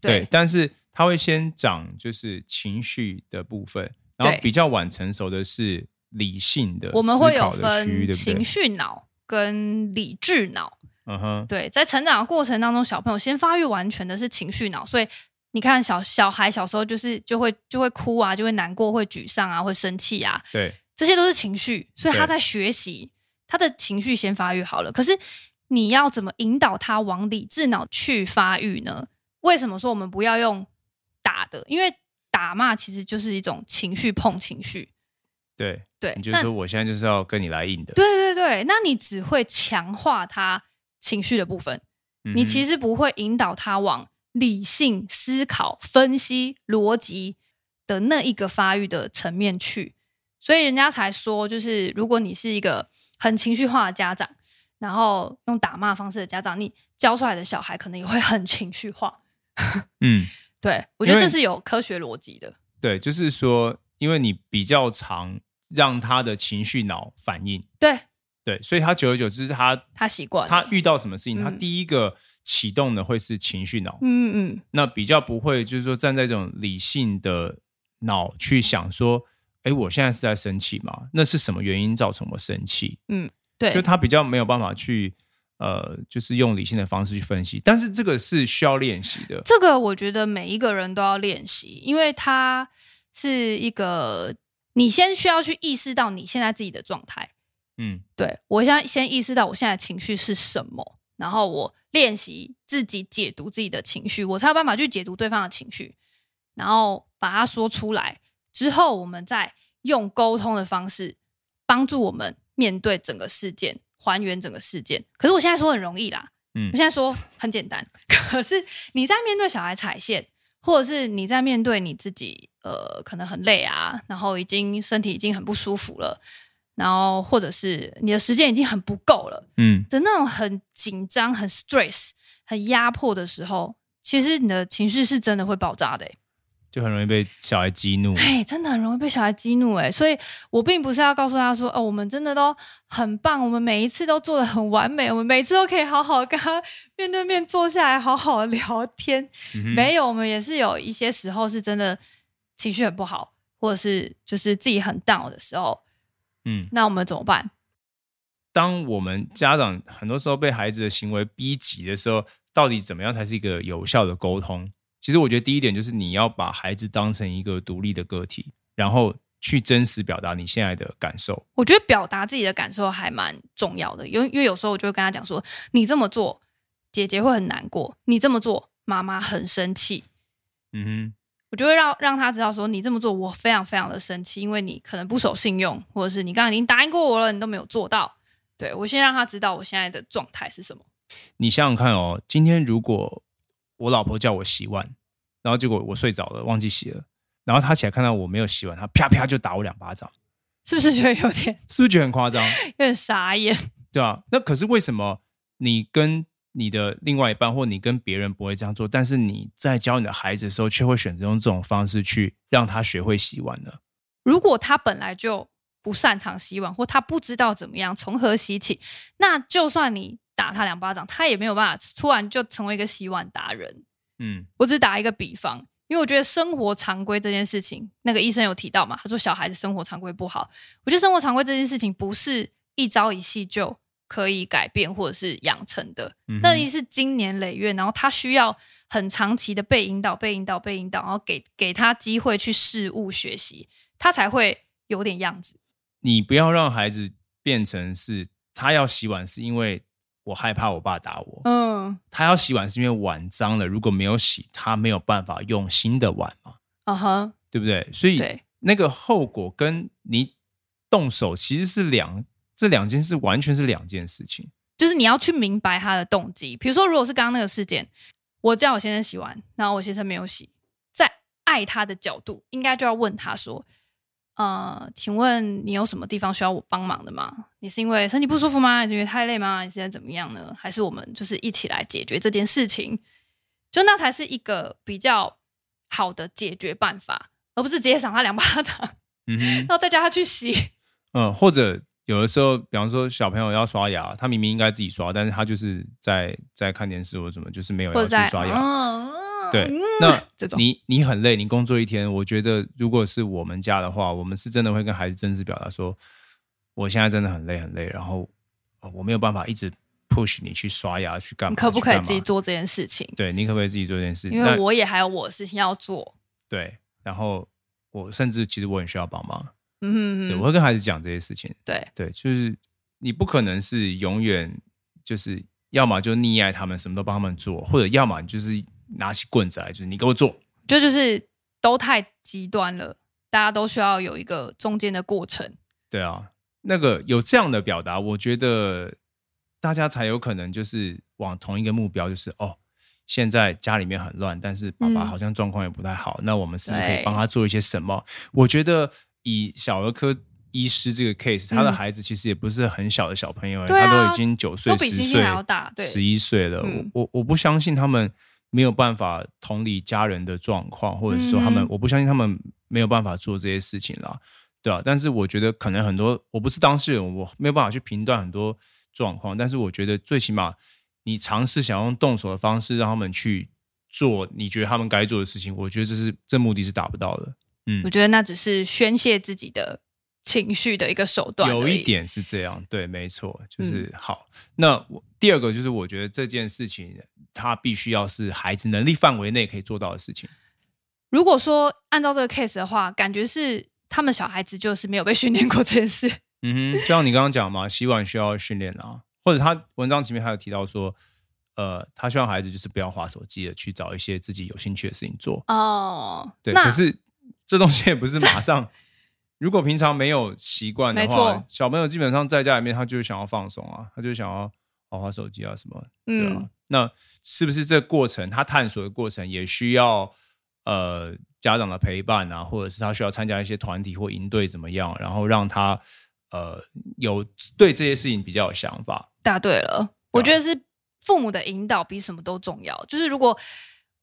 对但是他会先长就是情绪的部分，然后对比较晚成熟的是理性的，我们会思有考的区域，分对不对情？绪脑跟理智脑，嗯哼，对，在成长的过程当中，小朋友先发育完全的是情绪脑，所以你看小小孩小时候就是就会就会哭啊，就会难过，会沮丧啊，会生气啊，对，这些都是情绪，所以对他在学习，他的情绪先发育好了。可是你要怎么引导他往理智脑去发育呢？为什么说我们不要用打的？因为打骂其实就是一种情绪碰情绪，对，对，你就那说我现在就是要跟你来硬的，对对对，那你只会强化他情绪的部分，嗯哼，你其实不会引导他往理性思考、分析、逻辑的那一个发育的层面去。所以人家才说，就是如果你是一个很情绪化的家长，然后用打骂方式的家长，你教出来的小孩可能也会很情绪化。嗯，对我觉得因为这是有科学逻辑的。对，就是说，因为你比较常让他的情绪脑反应，对对，所以他久而久之，他他习惯了，他遇到什么事情，他嗯第一个启动的会是情绪脑，嗯嗯那比较不会就是说站在这种理性的脑去想说，哎，我现在是在生气吗？那是什么原因造成我生气？对，就他比较没有办法去。呃，就是用理性的方式去分析，但是这个是需要练习的。这个我觉得每一个人都要练习，因为它是一个你先需要去意识到你现在自己的状态。嗯对我现在先意识到我现在的情绪是什么，然后我练习自己解读自己的情绪，我才有办法去解读对方的情绪，然后把它说出来之后，我们再用沟通的方式帮助我们面对整个事件，还原整个事件。可是我现在说很容易啦，嗯我现在说很简单，可是你在面对小孩踩线，或者是你在面对你自己，呃，可能很累啊，然后已经身体已经很不舒服了，然后或者是你的时间已经很不够了嗯的那种很紧张、很 stress、很压迫的时候，其实你的情绪是真的会爆炸的欸、就很容易被小孩激 怒。哎，真的很容易被小孩激怒哎，所以我并不是要告诉他说，哦，我们真的都很棒，我们每一次都做的很完美，我们每次都可以好好跟他面对面坐下来好好聊天。嗯哼没有，我们也是有一些时候是真的情绪很不好，或者是就是自己很 down 的时候，嗯，那我们怎么办？当我们家长很多时候被孩子的行为逼急的时候，到底怎么样才是一个有效的沟通？其实我觉得第一点就是你要把孩子当成一个独立的个体，然后去真实表达你现在的感受。我觉得表达自己的感受还蛮重要的，因为因为有时候我就会跟他讲说，你这么做，姐姐会很难过；你这么做，妈妈很生气。嗯我就会让让他知道说，你这么做，我非常非常的生气，因为你可能不守信用，或者是你刚刚已经答应过我了，你都没有做到。对我先让他知道我现在的状态是什么。哼，你想想看哦，今天如果我老婆叫我洗碗，然后结果我睡着了，忘记洗了，然后她起来看到我没有洗碗，她啪啪就打我两巴掌，是不是觉得有点 是不是觉得很夸张？有点傻眼？对啊，那可是为什么你跟你的另外一半或你跟别人不会这样做，但是你在教你的孩子的时候，却会选择用这种方式去让他学会洗碗呢？如果他本来就不擅长洗碗，或他不知道怎么样从何洗起，那就算你打他两巴掌，他也没有办法突然就成为一个洗碗达人。嗯我只打一个比方，因为我觉得生活常规这件事情，那个医生有提到嘛，他说小孩的生活常规不好。我觉得生活常规这件事情不是一朝一夕就可以改变或者是养成的，嗯哼那你是经年累月，然后他需要很长期的被引导、被引导、被引导，然后给给他机会去试悟学习，他才会有点样子。你不要让孩子变成是他要洗碗是因为我害怕我爸打我，嗯，他要洗碗是因为碗脏了，如果没有洗，他没有办法用新的碗嘛，啊哈，对不对？所以对，那个后果跟你动手其实是两这两件事完全是两件事情。就是你要去明白他的动机。比如说，如果是刚刚那个事件，我叫我先生洗完，然后我先生没有洗，在爱他的角度，应该就要问他说：“呃，请问你有什么地方需要我帮忙的吗？你是因为身体不舒服吗？还是因为太累吗？你现在怎么样呢？还是我们就是一起来解决这件事情？就那才是一个比较好的解决办法，而不是直接赏他两巴掌，嗯哼。然后再叫他去洗。嗯，或者有的时候，比方说小朋友要刷牙，他明明应该自己刷，但是他就是在在看电视或者什么，就是没有或要者啊去在刷牙。嗯，嗯对嗯，那这种你你很累，你工作一天，我觉得如果是我们家的话，我们是真的会跟孩子真实表达说，我现在真的很累很累，然后呃我没有办法一直 push 你去刷牙去干嘛，你可不可去以干嘛自己？做这件事情？对你可不可以自己做这件事？因嗯那为我也还有我的事情要做。对，然后我甚至其实我很需要帮忙，对嗯哼我哼，会跟孩子讲这些事情。对对，就是你不可能是永远就是要么就溺爱他们，什么都帮他们做，或者要么你就是拿起棍子来，就是你给我做。就就是都太极端了，大家都需要有一个中间的过程。对啊，那个有这样的表达，我觉得大家才有可能就是往同一个目标，就是哦。现在家里面很乱，但是爸爸嗯好像状况也不太好，那我们是不是可以对帮他做一些什么？我觉得以小儿科医师这个 case，他的嗯孩子其实也不是很小的小朋友，欸对啊他都已经九岁、都比十星岁星还要大对十一岁了。嗯我我我不相信他们没有办法同理家人的状况，或者是说他们，嗯哼我不相信他们没有办法做这些事情啦，对啊。但是我觉得可能很多，我不是当事人，我没有办法去评断很多状况，但是我觉得最起码你尝试想用动手的方式让他们去做你觉得他们该做的事情，我觉得这是这目的是达不到的。嗯我，觉得那只是宣泄自己的情绪的一个手段。有一，点是这样，对，没错，嗯就是好。那我第二个就是，我觉得这件事情它必须要是孩子能力范围内可以做到的事情。如果说按照这个 case 的话，感觉是他们小孩子就是没有被训练过这件事。嗯哼，就像你刚刚讲嘛， 洗碗需要训练啊，或者他文章前面还有提到说，呃，他希望孩子就是不要划手机的，去找一些自己有兴趣的事情做。哦，对，那可是这东西也不是马 上。如果平常没有习惯的没话错，小朋友基本上在家里面，他就是想要放松啊，他就是想要划划手机啊什么，对啊嗯，，那是不是这个过程，他探索的过程也需要呃家长的陪伴啊，或者是他需要参加一些团体或营队怎么样，然后让他呃有对这些事情比较有想法。答对了，我觉得是父母的引导比什么都重要。就是如果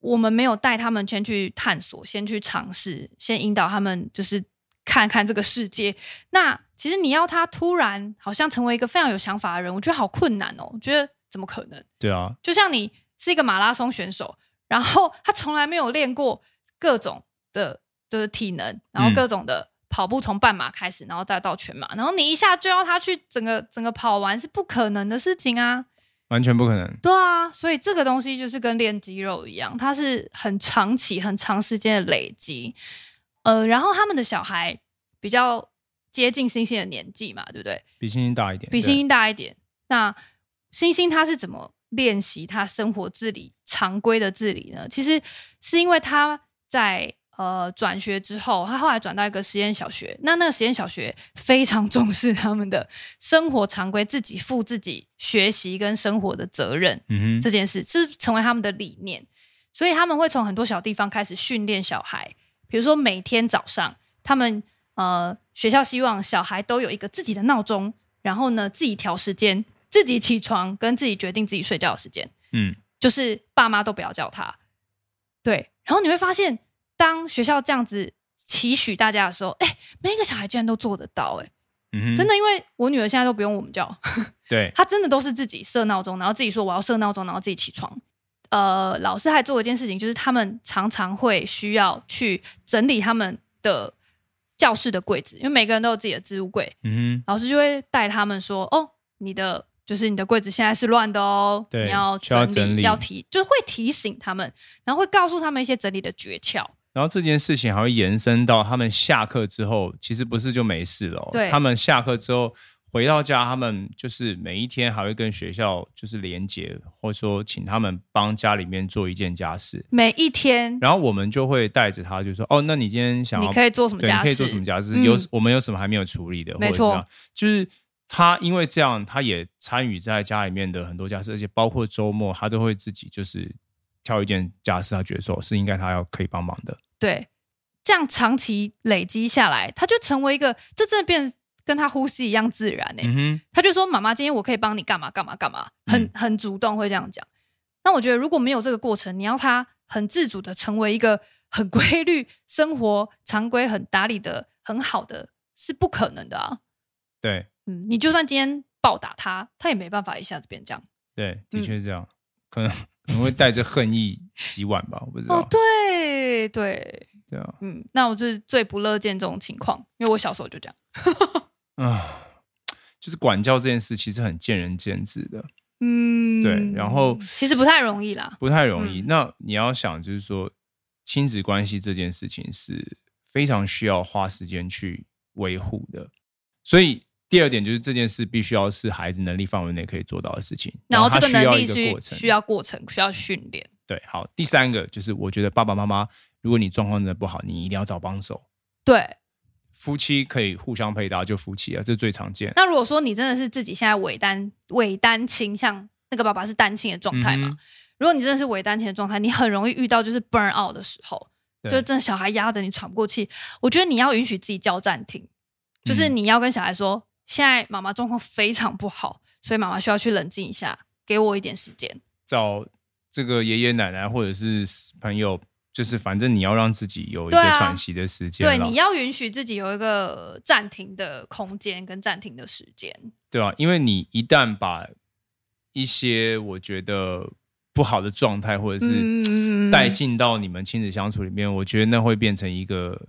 我们没有带他们先去探索，先去尝试，先引导他们就是看看这个世界。那其实你要他突然好像成为一个非常有想法的人，我觉得好困难哦。我觉得怎么可能？对啊，就像你是一个马拉松选手，然后他从来没有练过各种的，就是体能，然后各种的跑步，从半马开始，然后再到全马，然后你一下就要他去整个整个跑完是不可能的事情啊。完全不可能。对啊，所以这个东西就是跟练肌肉一样，它是很长期、很长时间的累积。呃，然后他们的小孩比较接近星星的年纪嘛，对不对？比星星大一点，比星星大一点。那星星他是怎么练习他生活自理、常规的自理呢？其实是因为他在呃转学之后，他后来转到一个实验小学，那那个实验小学非常重视他们的生活常规，自己负自己学习跟生活的责任。对嗯哼，这件事，这是成为他们的理念。所以他们会从很多小地方开始训练小孩，比如说每天早上，他们呃学校希望小孩都有一个自己的闹钟，然后呢自己调时间，自己起床跟自己决定自己睡觉的时间，嗯，就是爸妈都不要叫他。对，然后你会发现，当学校这样子期许大家的时候，哎，每一个小孩竟然都做得到、哎，嗯哼，真的，因为我女儿现在都不用我们叫，对，他真的都是自己设闹钟，然后自己说我要设闹钟，然后自己起床。呃，老师还做一件事情，就是他们常常会需要去整理他们的教室的柜子，因为每个人都有自己的置物柜，嗯哼，老师就会带他们说：“哦，你的就是你的柜子现在是乱的哦，对你要需要整理，整理要提，就会提醒他们，然后会告诉他们一些整理的诀窍。然后这件事情还会延伸到他们下课之后，其实不是就没事了哦、对他们下课之后回到家，他们就是每一天还会跟学校就是连接，或者说请他们帮家里面做一件家事。每一天然后我们就会带着他，就说：“哦，那你今天想你要可以做什么对，你家可以事，做什么家事？嗯有我们有什么还没有处理的？或者没是错这样，就是他因为这样，他也参与在家里面的很多家事，而且包括周末，他都会自己就是挑一件家事，他觉得说是应该他要可以帮忙的。对，这样长期累积下来，他就成为一个，这真的变跟他呼吸一样自然呢、嗯哼，他就说：“妈妈，今天我可以帮你干嘛干嘛干嘛。”很嗯很主动会这样讲。那我觉得如果没有这个过程，你要他很自主的成为一个很规律、生活常规、很打理的很好的，是不可能的啊。对嗯，你就算今天暴打他，他也没办法一下子变这样。对，的确是这样，可能可能会带着恨意洗碗吧，我不知道。哦，对对，对啊，嗯，那我就是最不乐见这种情况，因为我小时候就这样。啊。就是管教这件事，其实很见仁见智的，嗯，对然后哦其实不太容易啦。不太容嗯易。那你要想，就是说亲子关系这件事情是非常需要花时间去维护的，所以第二点就是这件事必须要是孩子能力范围内可以做到的事情，然后这它个需能要力一个过是程，需要过程，需要训练。对。好，第三个就是我觉得爸爸妈妈，如果你状况真的不好，你一定要找帮手。对，夫妻可以互相配搭，就夫妻啊，这是最常见。那如果说你真的是自己现在伪单伪单亲，像那个爸爸是单亲的状态嘛，嗯哼如果你真的是伪单亲的状态，你很容易遇到就是 burn out 的时候，对就是真的小孩压得你喘不过气。我觉得你要允许自己叫暂停，就是嗯你要跟小孩说，现在妈妈状况非常不好，所以妈妈需要去冷静一下，给我一点时间。找这个爷爷奶奶或者是朋友，就是反正你要让自己有一个对啊喘息的时间啦。对，啊你要允许自己有一个暂停的空间跟暂停的时间。对啊，因为你一旦把一些我觉得不好的状态或者是嗯带进到你们亲子相处里面，我觉得那会变成一个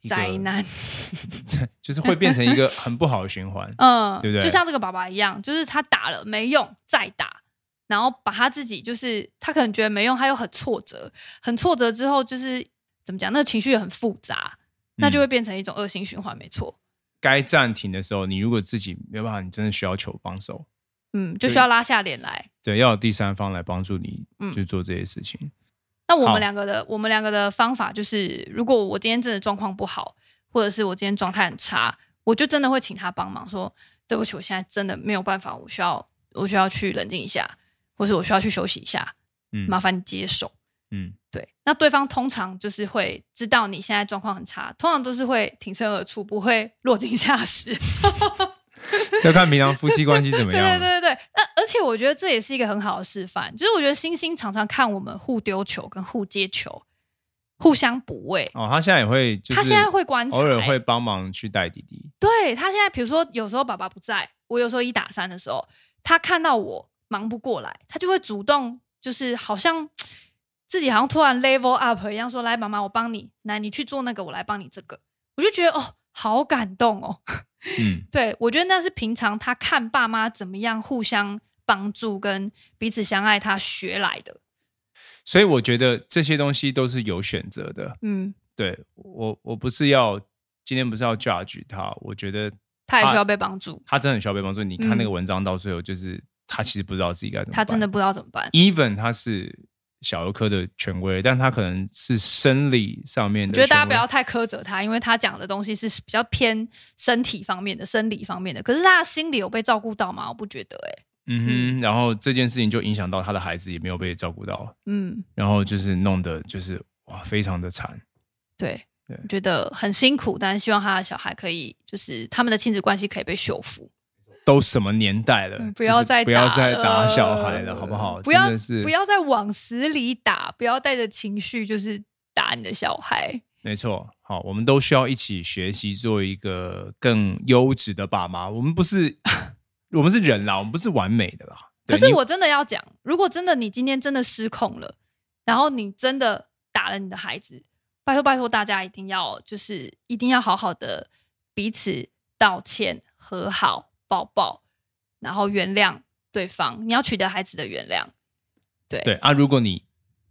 一个灾，难，。就是会变成一个很不好的循环 嗯，对不对就像这个爸爸一样，就是他打了没用，再打，然后把他自己就是他可能觉得没用，他又很挫折，很挫折之后就是怎么讲，那个情绪很复杂，那就会嗯变成一种恶性循环，没错。嗯该暂停的时候，你如果自己没有办法，你真的需要求帮手，嗯，就需要拉下脸来。对，要有第三方来帮助你，嗯就做这些事情。那我好们两个的，我们两个的方法就是，如果我今天真的状况不好，或者是我今天状态很差，我就真的会请他帮忙，说对不起，我现在真的没有办法，我需要我需要去冷静一下，或是我需要去休息一下，嗯麻烦你接手。嗯，对，那对方通常就是会知道你现在状况很差，通常都是会挺身而出，不会落井下石。 再看平常夫妻关系怎么 对样。对对对对，呃，而且我觉得这也是一个很好的示范，就是我觉得星星常常看我们互丢球跟互接球，互相补位。哦，他现在也会，就是他现在会观察、偶尔欸会帮忙去带弟弟，对他现在，比如说有时候爸爸不在，我有时候一打三的时候，他看到我忙不过来，他就会主动，就是好像自己好像突然 level up 一样，说：“来，妈妈，我帮你，来，你去做那个，我来帮你这个。”我就觉得哦，好感动哦。 嗯，对我觉得那是平常他看爸妈怎么样互相帮助跟彼此相爱，他学来的。所以我觉得这些东西都是有选择的。嗯，对我，我不是要今天不是要 judge 他，我觉得他也需要被帮助，他真的很需要被帮助。你看嗯那个文章到最后，就是、他其实不知道自己该怎么办，他真的不知道怎么办。 even 他是小儿科的权威，但他可能是生理上面我的权觉威。得大家不要太苛责他，因为他讲的东西是比较偏身体方面的、生理方面的。可是他的心理有被照顾到吗？我不觉得、欸，哎，嗯哼，然后这件事情就影响到他的孩子也没有被照顾到，嗯，然后就是弄得就是哇，非常的惨。对，对我觉得很辛苦，但是希望他的小孩可以，就是他们的亲子关系可以被修复，都什么年代了，嗯不就是要再不要再打打了呃小孩了，好不好？不要真的是不要再往死里打，不要带着情绪就是打你的小孩。没错，好，我们都需要一起学习，做一个更优质的爸妈。我们不是， 我们是人啦，我们不是完美的啦。对可是你我真的要讲，如果真的你今天真的失控了，然后你真的打了你的孩子，拜托拜托大家一定要就是一定要好好的彼此道歉、和好、抱抱，然后原谅对方。你要取得孩子的原谅，对啊，如果你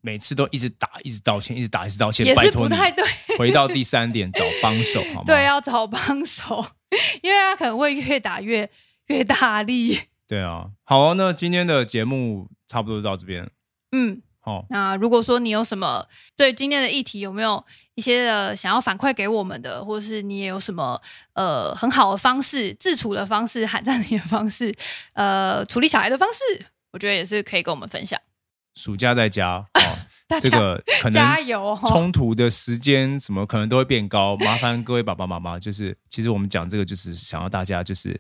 每次都一直打，一直道歉，一直打，一直道歉，也拜是托不你太 对。 回到第三点，找帮手好吗？对，要啊找帮手， 因为他可能会越打越越大力。对啊，好啊，那今天的节目差不多就到这边。嗯，好、那如果说你有什么对今天的议题有没有一些的想要反馈给我们的，或是你也有什么呃很好的方式、自处的方式、喊暂停的方式，呃处理小孩的方式，我觉得也是可以跟我们分享。暑假在家，哦、 大这家个可加能油哦！冲突的时间什么可能都会变高， 麻烦各位爸爸妈妈，就是其实我们讲这个就是想要大家就是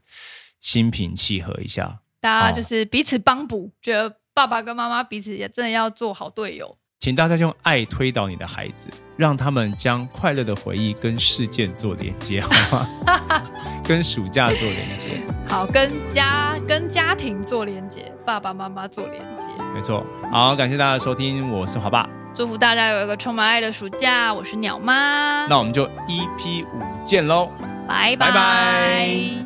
心平气和一下，大家就是彼此帮补，觉得爸爸跟妈妈彼此也真的要做好队友。请大家用爱推导你的孩子，让他们将快乐的回忆跟事件做连接，好吗？ 跟暑假做连接，好，跟家跟家庭做连接，爸爸妈妈做连接。没错。好，感谢大家的收听，我是华爸，祝福大家有一个充满爱的暑假。我是鸟妈，E 那我们就 EP 五见喽。拜拜拜拜